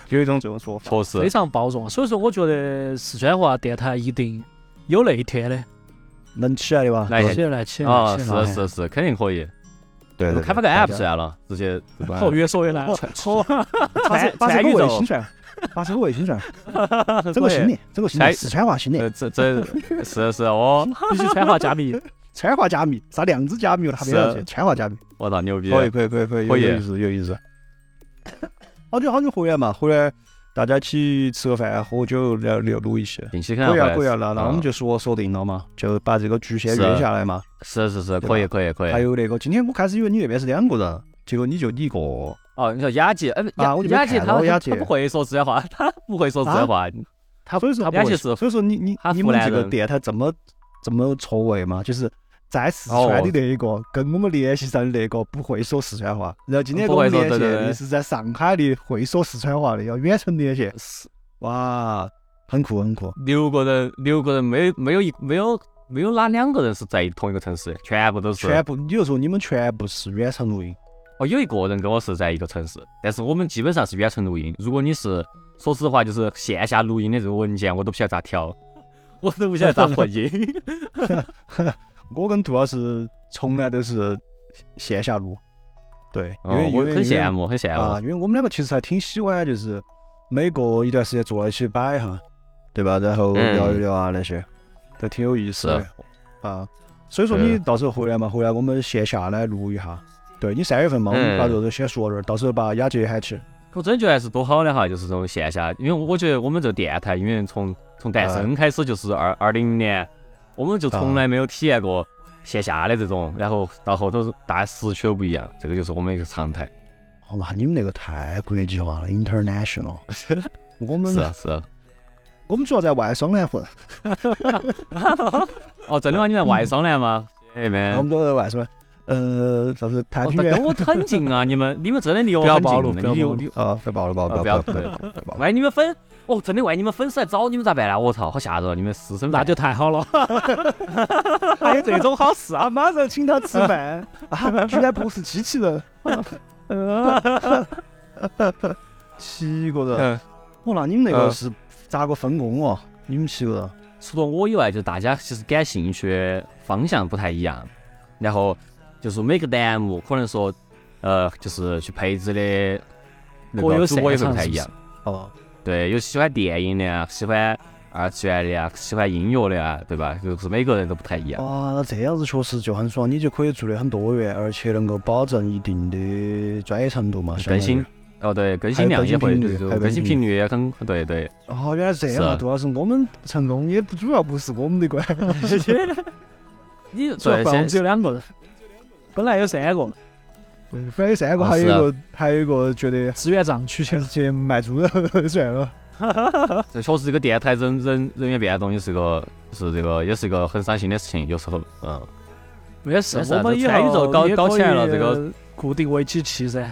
有一种这种说法。确非实，常包容，所以说我觉得四川话电台一定有那一天的，能起来的吧？来起来来起来啊起来是是是肯定可以，对开发个 app 算了，直接对吧哦，越说越难， (laughs) 哦，把川这把这川个渝卫走星传，把这个卫星传，整可个以 (laughs) 新的，整个新的哎四川话新的，呃这这是是 (laughs) 我必须川话加密，川话加密，啥量子加密了，他没有是去川话加密。我操牛逼，啊可以可以可以可以，可以有意思有意思。 (coughs) 好久好久回来嘛，回来大家一起吃个饭，喝酒聊聊录一些。近期可能可以啊会可以啊，那那我们嗯就说说定了嘛，就把这个局先是约下来嘛。是是是对可以吧可以可以还，有那个，今天我开始以为你那边是两个人，结果你就你一个。哦，你说雅姐，哎，啊雅我就没雅姐看到她雅她姐啊不会说四川话， (laughs) 她不会说四川话，她所以说她不而会且说，所以说你你他你湖们南这个人电台这么这么错位嘛，就是。在四哦川的那一个跟我们联系上的那个不会说四川话，然后今天跟我们不会联说系对对对的是在上海的会说四川话的，要远程联系。哇，很酷很酷。六个人六个人没有没有一没有没有哪两个人是在同一个城市，全部都是全部，你就说你们全部是远程录音，哦，有一个人跟我是在一个城市，但是我们基本上是远程录音。如果你是说实话，就是线下录音的这个文件，我都不晓得咋调，我都不晓得咋混 (laughs) 音。我跟杜老师从来都是线下录，对，因哦为、，因我为很羡慕慕，很羡慕。啊，因为我们两个其实还挺喜欢，就是每隔一段时间坐一起摆一下，对吧？然后嗯聊一聊啊那些，都挺有意思的啊。所以说你是到时候回来嘛，回来我们线下来录一下。对你三月份嘛，我们嗯把这个先说点，到时候把雅姐喊起。我真觉得还是多好的哈，就是这种线下，因为我觉得我们这个电台，因为从从诞哎生开始就是二二零年，我们就啊从来没有体验过线下的这种，然后到后头大家时区都不一样，这个就是我们一个常态。哦，那你们那个太国际化了，international。我们是啊是啊，我们主要在外双南混，哦，真的吗？你在外商来吗？嗯哎我们们，主要在外双，呃，啥子太哦平但园跟我很近啊，你们你们真的离我不要很暴露近的，不要你有暴露你啊，不要暴露，不要啊暴不要露，不不要要 (laughs) 暴露，万一你们粉哦，真的万一你们粉丝来找你们咋办呢？我操，好吓人哦！你们私生那饭就 (laughs) 太好了。还哎有这种好事啊！马上请他吃 (laughs) 饭啊！居然不是机器人， (laughs) 七个人。嗯，哇，那你们那个嗯是咋个分工哦？你们七个人除了我以外，就大家其实感兴趣的方向不太一样，然后就是每个栏目可能说，呃，就是去配置的那各个有主播也擅会长不太一是不样。哦，对，有喜欢电影的呀，喜欢二次元的呀，喜欢音乐的呀，对吧？就是每个人都不太一样。哇，那这样子确实就很爽，你就可以做的很多元，而且能够保证一定的专业程度嘛，相当于更新。哦，对，更新还有量更也新会，频对率对还更有更新新频率也很，对对。哦，原来是这样啊！是杜老师，我们成功也不主要不是我们的关 (laughs) 系， (laughs) 你主要对怪我们先只有两个人，本来有三个，反正三个啊还是啊有一个还有一个觉得志愿账取消全。世界卖猪肉 (laughs) 算了。这确实，这个电台人人人员变动也是个，是这个，也是一个很伤心的事情。有时候，嗯，没事没，事啊我们以这参与后者搞也可以呃搞起来了这个固定为几期噻。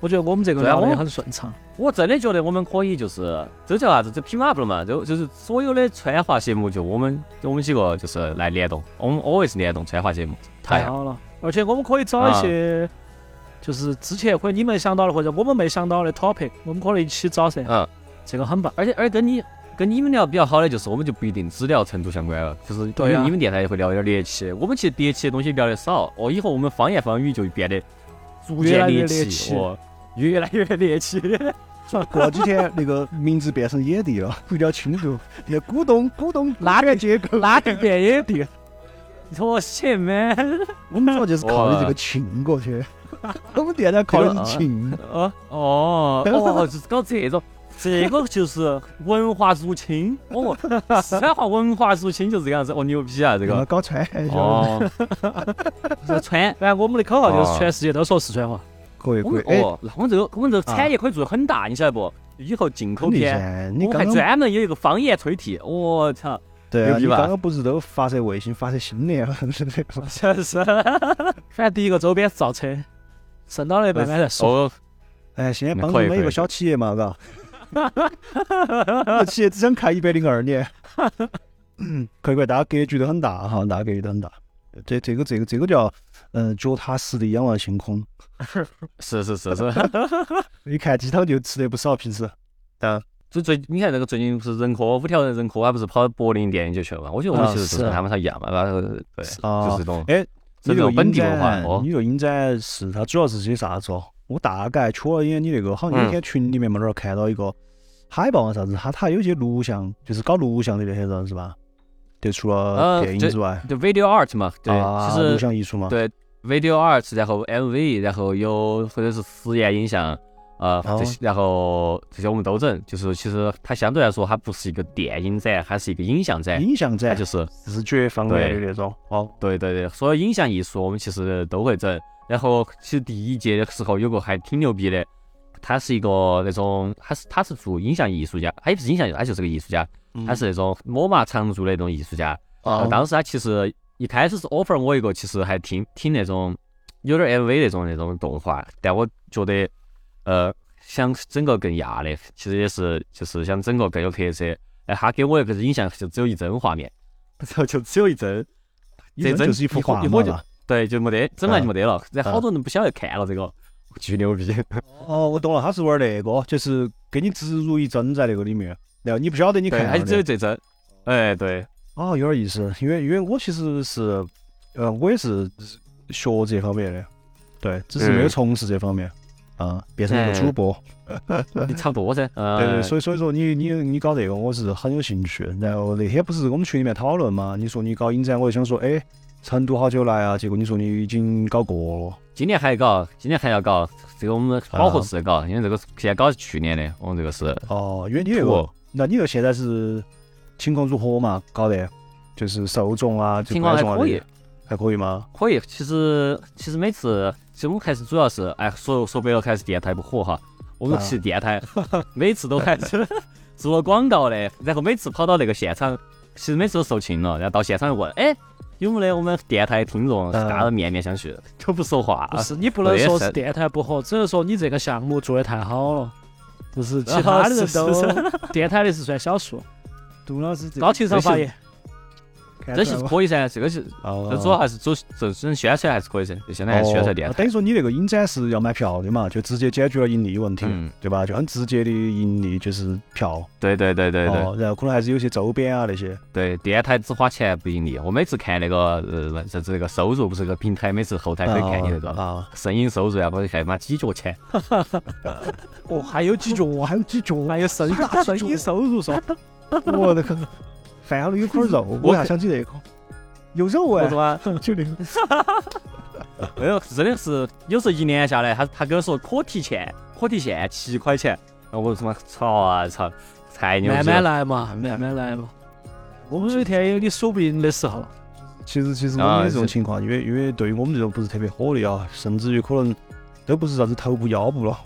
我觉得我们这个对啊聊得也我很顺畅，我真的觉得我们可以，就是这叫啥子？这 team up 了嘛？就就是所有的川话节目，就我们就我们几个就是来联动，我们 always 联动川话节目。太好了，啊好了。而且我们可以找一些，就是之前或者你没想到的，或者我们没想到的 topic，我们可能一起找噻。嗯，这个很棒。而且而且跟你跟你们聊比较好的就是，我们就不一定只聊成都相关了，就是因对为啊你们电台也会聊一点猎奇，我们其实猎奇的东西聊得少，哦，以后我们方言方语就变得逐越渐来越猎奇，奇 (laughs) 哦，越来越猎奇。过几天那个名字变成野地了， (laughs) 回到青州，那股东股东拉点结构，拉地变野地，哦我去 man，我们主要就是靠的这个庆过去，我们电台靠的是庆，哦哦 (laughs) 哦，就是搞这种，这个就是文化入侵，哦，四川话文化入侵就是这个样子，哦，牛逼啊，这然后个，搞川菜，哦， (laughs) 是川。 (laughs) 反正我们的口号就是哦全世界都说 (laughs) 四川话。可以我可们以，哎，啊哦，那我们这个我们这个产业可以做得很大，你晓得不？以后进口肯定片，噻，你我们还刚刚专门有一个方言推题，我操，对啊，牛逼你吧刚刚不是都发射卫星发射新年 (laughs) 了，是不是？确实，反正第一个周边是造车，剩到的慢慢再说。哦，哎，现在帮助可以每可一以个小企业嘛， (laughs) 嘎。这企业只想开一百零二年， (coughs) 可以可以，大家格局都很大哈，大家格局都很大。这这个这个这个叫，嗯、脚踏实地仰望星空。是是是是。 (laughs) 一看鸡汤就吃得不少，平时。就最你看那个最近不是任科五条人任科，他不是跑柏林电影节去了嘛？我觉得我们啊其实就是跟他们他一样嘛，然后对，啊就是这种哎，你这这个种本地影文化展哦你这个影展是它主要是些啥子哦？我大概瞧了一眼你那个，好像嗯那天群里面嘛那儿看到一个海报啊啥子，它它有些录像，就是搞录像的那些人是吧？就除了呃电影这之外，就 video art 嘛，对，啊其录实像艺术嘛，对 video art，然后 MV，然后有或者是实验影像，呃，哦这些然后这些我们都整，就是其实它相对来说它不是一个电影展，它是一个影像展，影像哎它展就、是视觉方面的对那种。哦，对对对，所有影像艺术我们其实都会整。然后其实第一届的时候有个还挺牛逼的，他是一个那种，他是他是做影像艺术家，他也不是影像艺术，他就是个艺术家，嗯他是那种摸马常驻的那种艺术家。啊呃，当时他其实一开始是 offer 我一个，其实还挺挺那种有点 MV 那种那种动画，但我觉得呃想整个更压的，其实也是就是想整个更有特色。哎，他给我一个影像就只有一帧画面， (laughs) 然后就只有一帧，一这帧就是一幅一会画一会嘛就嘎。对，就没得，整完就没得了。然后嗯好多人不晓得看了这个，巨牛逼。哦，我懂了，他是玩那个，就是给你植入一帧在那个里面，然后你不晓得你对，看它了就只有的。这帧。哎，对，哦，有点意思，因为因为我其实是，呃，我也是学这方面的，对，只是没有嗯从事这方面，啊、变成一个主播。你差不多噻。嗯， (laughs) 对对，所以所以说你你你搞这个我是很有兴趣。然后那天不是我们群里面讨论嘛，你说你搞影展，我就想说，哎，成都好久来啊？结果你说你已经搞过了。今年还搞，今年还要搞，这个我们饱啊和式搞，因为这个现在搞是去年的，我们这个是。哦，因为你那个，那你那个现在是情况如何嘛？搞的，就是受众啊，就情况还观众啊可这以些，还可以吗？可以。其实其实每次，其实我们还是主要是，哎，说说白了还是电台不火哈。我们啊其实电 (laughs) 台每次都还是做了 (laughs) 广告的，然后每次跑到那个现场，其实每次都售罄了，然后到现场又问，哎。有没得我们电台听众，嗯大家面面相觑，都不说话。不是，你不能说啊我也是是电台不火，只能说你这个项目做的太好了。就是其他的人都啊是是，电台的是算少数。杜老师高情商发言，看这其实可以噻，这个是这哦，主要还是走正正宣传还是可以噻，就相当于宣传电哦台。等于说你那个影展是要买票的嘛，就直接解决了盈利问题，嗯对吧？就很直接的盈利就是票。对对对对对。哦，然后可能还是有些周边啊那些。对，电台只花钱不盈利。我每次看那个呃，这这个收入不是个平台，每次后台可以看你那个 (laughs) 啊，声音收入，要不然看妈几角钱。哦，还有几角，还有几角，还有声音声音收入说，我那个 (laughs) 饭后头有块肉，我还想起那个有肉我哎，说啊，就那个 (laughs) 没有，真的是有时候一年下来，他他跟我说可提现，可提现七块钱，然后我他妈操啊操，太牛逼了！慢慢来嘛，慢慢来嘛。我们有一天有你数不赢的时候，其实其实我们也这啊种情况，因为因为对于我们这种不是特别火的啊，甚至于可能都不是啥子头部、腰部了，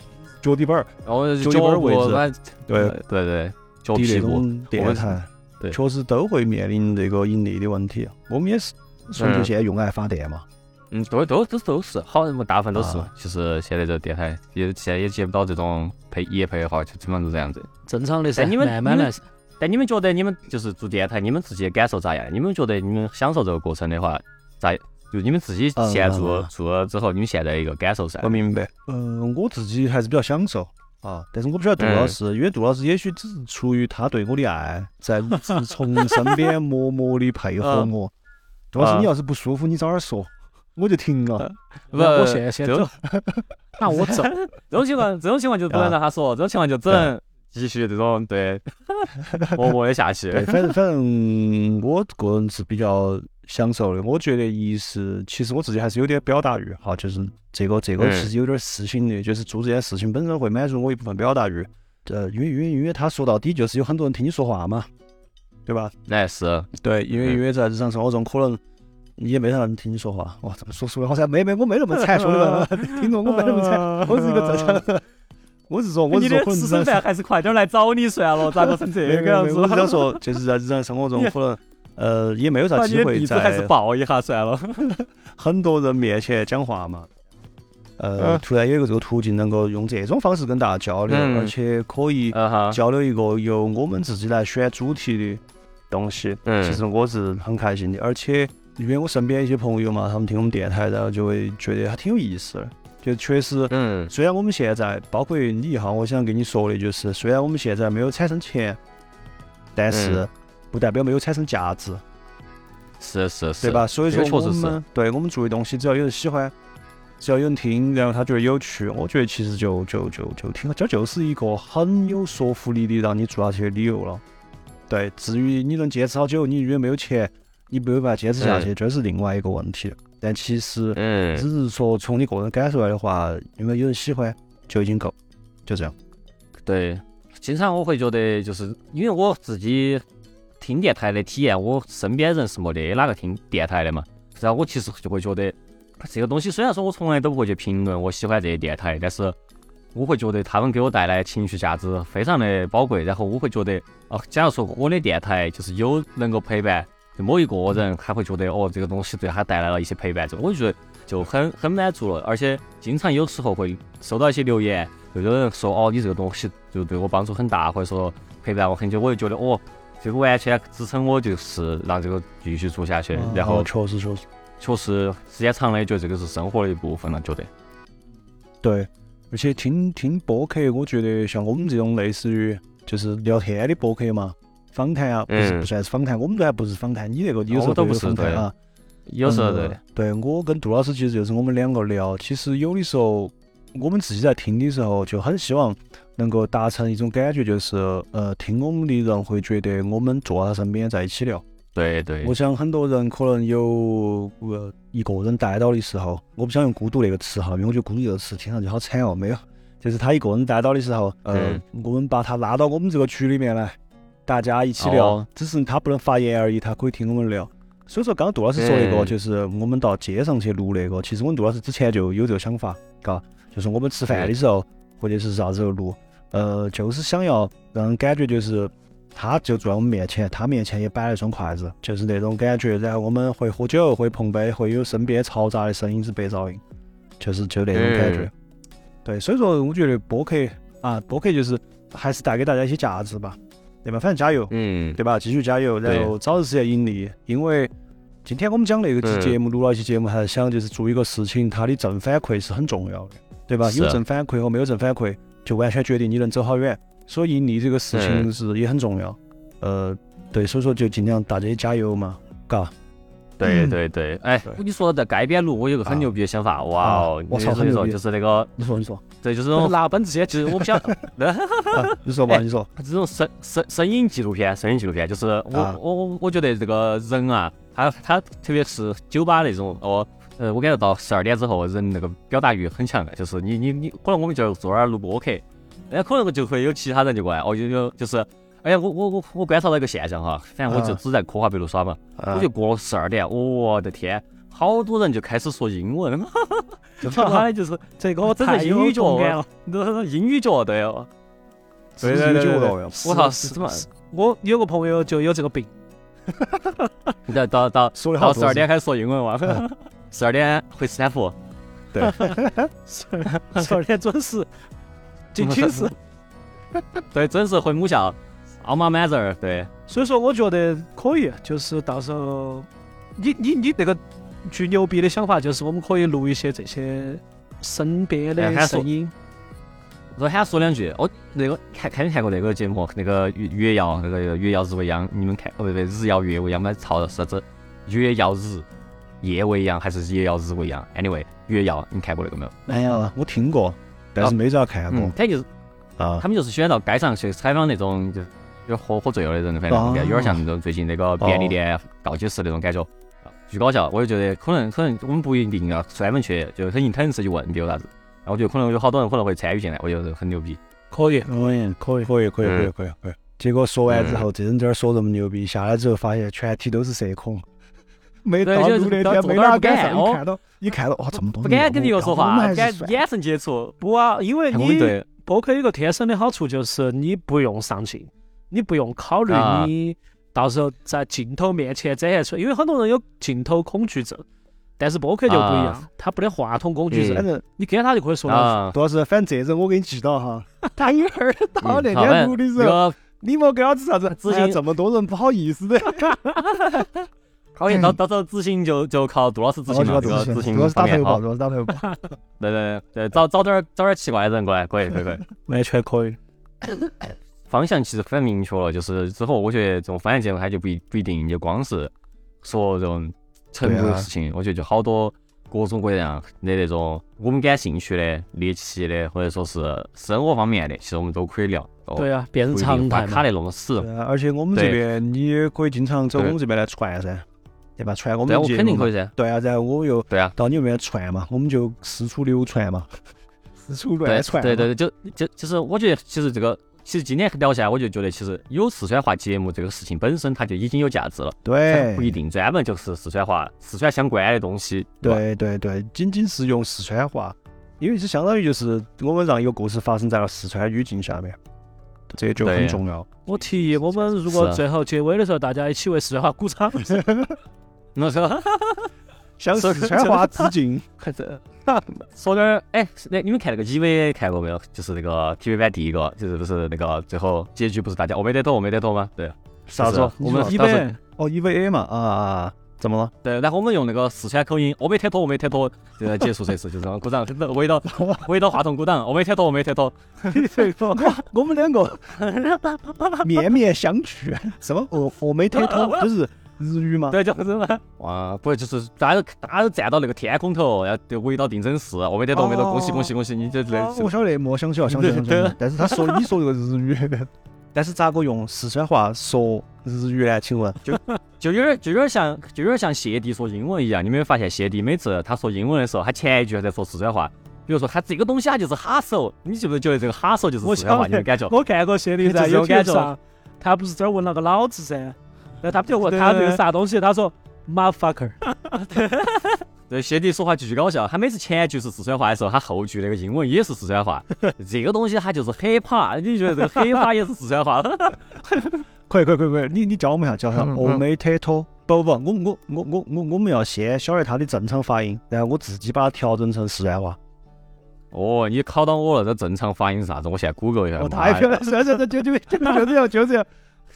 脚底板儿，然后就就一本脚位置部，反正对，对对，脚的屁那股，种电台，对确实都会面临这个盈利的问题。啊我们也是纯粹嗯现在用爱发电嘛，嗯，都都都都是，好，我大部分都是啊。其实现在这电台也现在也接不到这种配业配的话，就基本上都这样子。正常的噻，但你们慢慢你来们。但你们觉得你们就是做电台，你们自己的感受咋样？你们觉得你们享受这个过程的话，咋？就你们自己嗯现在嗯做嗯做了之后，你们现在的一个感受噻我？明白。嗯，我自己还是比较享受啊，但是我不晓得杜老师，嗯因为杜老师也许只是出于他对我的爱，在只从身边默默的配合我。杜老师， (laughs) 啊你要是不舒服，你早点说。我就啊停 (laughs) 了。不，那我现在先这种走，那我走，这种情况，这种情况就不能让他说，这种情况就只能继续这种 (laughs) 对默默的下对，去。哎反正反正我个人是比较享受的。我觉得一是，其实我自己还是有点表达欲哈，就是这个这个嗯其实有点事情的，就是做这件事情本身会满足我一部分表达欲。呃，因为因为因为他说到底就是有很多人听你说话嘛，对吧？来是，对，因嗯为因为在日常生活中可能。也没啥人听你说话，哇！这么说出来好像没没我没那么惨，兄 (laughs) 弟们，听着我没那么惨，我是一个正常人。我是说，我是你说的可能私日常生饭还是快点来找你算了，咋个成这没个样没没，我只想子？说， (laughs) 就是在日常生活中，可能呃也没有啥把你机的会地址还是在报一下算了。很多人面前讲话嘛。呃，嗯突然有一个这个途径，能够用这种方式跟大家交流，嗯而且可以嗯哈，交流一个由我们自己来选主题的东西。嗯其实我是很开心的，而且因为我身边一些朋友嘛，他们听我们电台，然后就会觉得还挺有意思的，就确实嗯虽然我们现在，包括你哈，我想跟你说的就是，虽然我们现在没有产生钱，但是嗯不代表没有产生价值，是是是，对？吧？所以这个说，确我实是们对我们做的东西，只要有人喜欢，只要有人听，然后他觉得有趣，我觉得其实就就就就挺好，这就是一个很有说服力的让你做下去的理由了。对，至于你能坚持好久，你因为没有钱，你没有办法坚持下去，这是另外一个问题。但其实，嗯只是说从你个人感受来的话，因为有人喜欢就已经够，就这样。对，经常我会觉得，就是因为我自己听电台的体验，我身边人是没得哪个听电台的嘛，然后我其实就会觉得这个东西，虽然说我从来都不会去评论我喜欢这些电台，但是我会觉得他们给我带来情绪价值非常的宝贵，然后我会觉得，哦、假如说我的电台就是有能够陪伴某一个人，他会觉得哦，这个东西对他带来了一些陪伴，这我就觉得就很很满足了，而且经常有时候会收到一些留言。就有人说哦，你这个东西就对我帮助很大，或者说陪伴我很久，我就觉得哦，这个完全支撑我，就是让这个继续做下嗯去。然后哦确实确实确实时间长了，觉得这个是生活的一部分了，觉得对，而且听听播客，我觉得像我们这种类似于就是聊天的播客嘛，访谈啊，不是嗯哦不算是访谈，我们都还不是访谈，你那个有时候我都会不有是访谈啊，有时候对嗯，对我跟杜老师其实就是我们两个聊，其实有的时候我们自己在听的时候就很希望能够达成一种感觉，就是呃，听我们的人会觉得我们坐在他身边在一起聊。对对我，想很多人可能有呃一个人待到的时候，我不想用孤独那个词哈，因为我觉得孤独这个词听上去好惨哦，没有，就是他一个人待到的时候，呃嗯，我们把他拉到我们这个局里面来，大家一起聊哦，只是他不能发言而已，他可以听我们聊。所以说，刚刚杜老师说那个，嗯就是我们到街上去录那个，其实我们杜老师之前就有这个想法，嘎，就是我们吃饭的时嗯候，或者是啥时候录，呃，就是想要让人感觉就是他就坐在我们面前，他面前也摆了一双筷子，就是那种感觉。然后我们会喝酒，会碰杯，会有身边嘈杂的声音是白噪音，就是就那种感觉。嗯对，所以说我觉得播客啊，播客就是还是带给大家一些价值吧，对吧？反正加油，嗯，对吧？继续加油，然对后早日实现盈利。因为今天我们讲那个期嗯节目，录了一期节目，还是想就是做一个事情，它的正反馈是很重要的，对吧？是有正反馈和没有正反馈，就完全决定你能走好远。所以盈利这个事情嗯是也很重要。呃，对，所以说就尽量大家加油嘛，嘎。对嗯对对，哎对，你说到在街边录，我有个很啊牛逼的想法，哇哦，我操你很你牛说逼就是那个，你说，你说，对， (laughs) 就是那种拿本子些，就是我不想啊、你说 (laughs) 吧，哎你说。这种声声声音纪录片，声音纪录片，就是我、啊我我我觉得这个人啊，他他特别是酒吧那种哦，呃，我感觉到十二点之后，人那个表达欲很强的，就是你你你，可能我们就坐那儿录播客，哎，可能就会有其他人就过来，哦，有有就是。哎呀，我我我我观察到一个现象哈，反正我就啊只在科华北路耍嘛，啊我就过了十二点，我的天，好多人就开始说英文，啊妈的就是这个我真的英语角太有同感了，那英语角对哦，对对对对对我操，是怎么？我有个朋友就有这个病，到到到说的好到十二点，开始说英文哇，嗯 (laughs) 十二点回斯坦福，十二十二点准时进寝室。对，准时回母校。奥马满这儿，对，所以说，我觉得可以，就是到时候你你你那个巨牛逼的想法，就是我们可以录一些这些身边哎的还说声音。我喊说两句。哦，那个看看没看过那个节目？那个越越曜，那个越曜日未央，你们看哦不不，日曜月未央嘛，操啥子？越曜日，夜未央还是也要日未央？Anyway，月曜你看过那个没有？哎呀，我听过，但是没咋看过嗯，他就是啊。他们就是选到街上去采访那种就有点喝喝醉了的人，反正哦有点像那种最近那个便利店倒计时那种感觉，啊巨搞笑。我就觉得可能可能我们不一定要专门去，就很硬肯是去问，比如啥子。然后我觉得可能有好多人可能会参与进来，我觉得很牛逼。可以，哦可以，可以，可以，可以，可以，嗯可以，可以。结果说完之后，这人在这儿说这么牛逼，下来之后发现全体都是社恐， (laughs) 没对到就是路那到天走没道儿哪不敢敢上，哦一看到一看到哇，这么多不人敢跟你我又们说我们话，还不敢是算眼神接触。不啊，因为看我们你队播客有个天生的好处就是你不用上镜，你不用考虑啊你到时候在镜头面前展现出来，因为很多人有镜头恐惧症，但是播客就不一样啊，嗯他不得话筒恐惧反症，正你跟他就可以说到 (laughs) 啊，多少，反正这人我给你记到哈。他一会儿到那嗯好天反录的正时那候，个你莫给老子啥子，自信哎呀这么多人不好意思的。考验到到时候执行就就靠杜老师执行嘛，我这就个要执自行信，主要是方打头面炮，好主。要是打头炮。对对对，找找点儿找点儿奇怪的人过来，可以可以可以。完全可以。方向其实非常明确了，就是之后我觉得这种方向节目它就不一不一定就光是说这种成都对的啊事情，我觉得就好多各种各样的那种我们感兴趣的、猎奇的，或者说是生活方面的，其实我们都可以聊。哦、对啊，变成不一常定态把卡嘛。得弄死。对啊而且我们这嗯对边你也可以经常走我对们这边来传噻，对吧？传我们对啊，的我节肯定目嘛可以噻。对啊，然后我又对啊，到你那边传嘛，我们就四处流传嘛， (laughs) 四处对乱传。对对，对，就就就是我觉得其实这个。其实今天聊下来，我就觉得其实有四川话节目这个事情本身，它就已经有价值了。它对不一定专门就是四川话、四川相关的东西。吧对对对，仅仅是用四川话，因为这相当于就是我们让一个故事发生在了四川语境下面，这就对很呀重要。我提议，我们是如果啊最后结尾的时候，大家一起为四川话鼓掌，那说向说四川话致 (laughs) 敬。说点儿，哎，那你们看那个 EVA 看过没有？就是那个 TV 版第一个，就是不是那个最后结局不是大家我没得头，我没得头吗？对，啥就子是？啊你我们说当一时本哦，EVA 嘛啊啊，啊怎么了？对，然后我们用那个四川口音，我没得头，我没得头，就结束这次，就是这样鼓掌，围 (laughs) 到围到话筒鼓掌，我没得头，我没得头， (laughs) 我们 (laughs) 两个面面相觑。什么？我我没推 (laughs) 脱，就是日语嘛。对，就是嘛。哇，不就是大家都大家都站到那个天空头，然后就围到定真啊寺，我没得头，我没得哦头，恭喜恭喜恭喜，你这这啊，我晓得，莫想起了，想起了，想起了。但是他说你说这个日语，啊 (laughs) 但是咋个用四川话说日语呢？ (laughs) 请问？就有点就有点像就有点像谢帝说英文一样，你没有发现谢帝每次他说英文的时候，他前一句还在说四川话，比如说他这个东西啊就是哈手，你记不记得这个哈手就是我四川话？晓你有得感觉？我看过就谢丽是在这种 YouTube 感觉上，他不是这儿问了个老子噻，然后他就问对他这个啥东西，他说 motherfucker，对，谢帝说话巨搞笑，他每次前一句是四川话的时候，他后句那个英文也是四川话，这个东西他就是 hip hop，你觉 (laughs) 得这个 hip hop 也是四川话？可以可以可以可以，你你教我们一下，教一下。嗯嗯我没推脱。不不，不我我我我我我们要先晓得他的正常发音，然后我自己把它调整成四川话。哦，你考到我了，这正常发音是啥子？我现在 Google 一下。哦，妈太呀漂亮！算算算，就就就就这样，就 (laughs) 这样，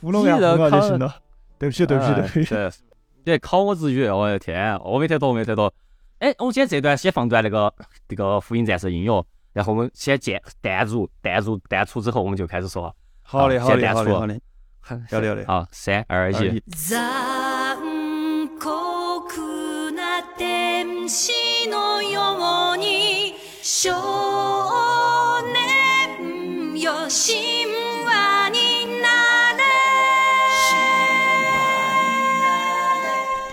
糊弄一下你这糊弄一下靠就行了。对不起对不起对哎不起，对，你还考我日语，我的天，我没太多，我没太多。哎，我们今天这段先放段那个这个福音战士的音乐，然后我们先渐淡入淡入淡出之后，我们就开始说话。好嘞好好先嘞淡好嘞出好嘞， (laughs) 要得要得。好，三二二一一，残酷な天使のように少年よ神話になれ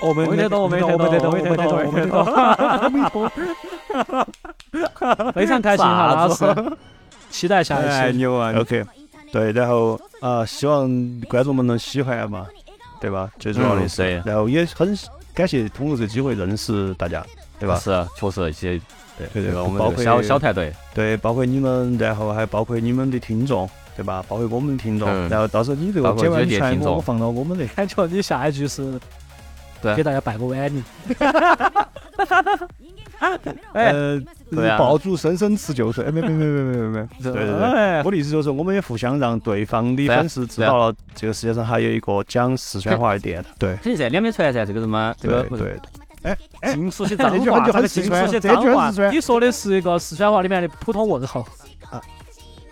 我没我没得懂我没得懂我没得懂，我我没没得得懂懂，我我没没得得懂懂。非常开心哈，啥老子师，期待下哎一期。牛啊！OK，对，然后啊、呃希望观众们能喜欢嘛，对吧？最重要的是，嗯然后也很感谢通过这机会认识大家，对吧？是，确实一些对这对，个我们包这个小括小团队，对，包括你们，然后还包括你们的听众，对吧？包括我们的听众，嗯然后到时候你这包个括剪完这你些传听我，众我放到我们的。感觉你下一句是对给大家拜个晚年。哎呃，对啊爆竹声声辞旧岁，哎，没没没没没没没， (laughs) 对对对。哎，我的意思就是，我们也互相让对方的对啊粉丝知对啊道了，这个世界上还有一个讲四川话的电台。对，肯定噻，两边传噻，这个什么这个对不是对，哎哎，金属些脏这句话话，就这很个四金属川，些这脏句很话四，川。你说的是一个四川话里面的普通问候，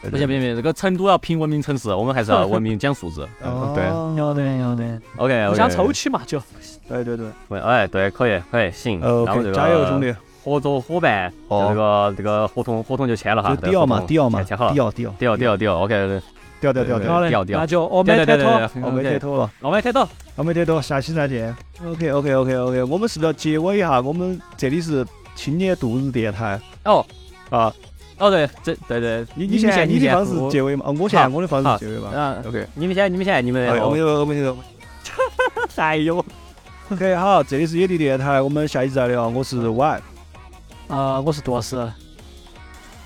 对不行不行不行，这个成都要评文明城市，我们还是要文明讲素质。嗯对哦要得要得， ，OK，互相抽起嘛就。对对对喂，哎，对，可以可以，行，呃那我们，OK，这个加油兄弟！合作伙伴，哦这个这个合同合同就签了哈，就迪奥嘛，迪迪奥嘛，签好了迪，奥迪奥迪奥迪奥迪奥，OK，调调调对调，嘞调，调那就哦我对们对开对脱。对，我们贴脱了，我们开头，啊我们贴脱，下期再见。OK OK OK OK，我们是不是要结尾一下？我们这里是青年度日电台哦啊，哦对，这对对，你你你现在先你的先方式我结尾嘛？哦我呃现在好我的方式好结尾嘛嗯， ？OK，你们先你们先你们哎，我们哎哦就我们 (laughs) 就。还有 OK，好，这里是野地电台，我们下期再聊。我是 Y，啊，我是杜老师。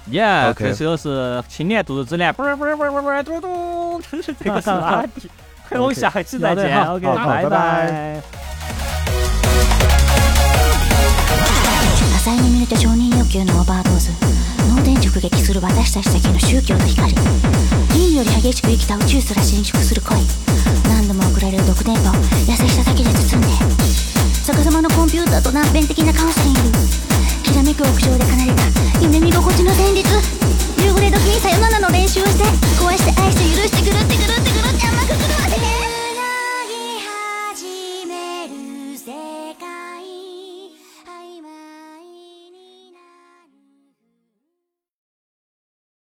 ，Yeah， OK 这首是青年度日指南，不是不是不是不是嘟嘟， (laughs) 这 (laughs) 个是垃圾，快我们下期再见好，OK，好好拜拜。浅に見れた承認欲求のオーバードーズ脳天直撃する私たちだけの宗教の光銀より激しく生きた宇宙すら侵食する恋何度も送られる毒電波を優しさだけで包んで逆さまのコンピューターと難弁的なカウンセリング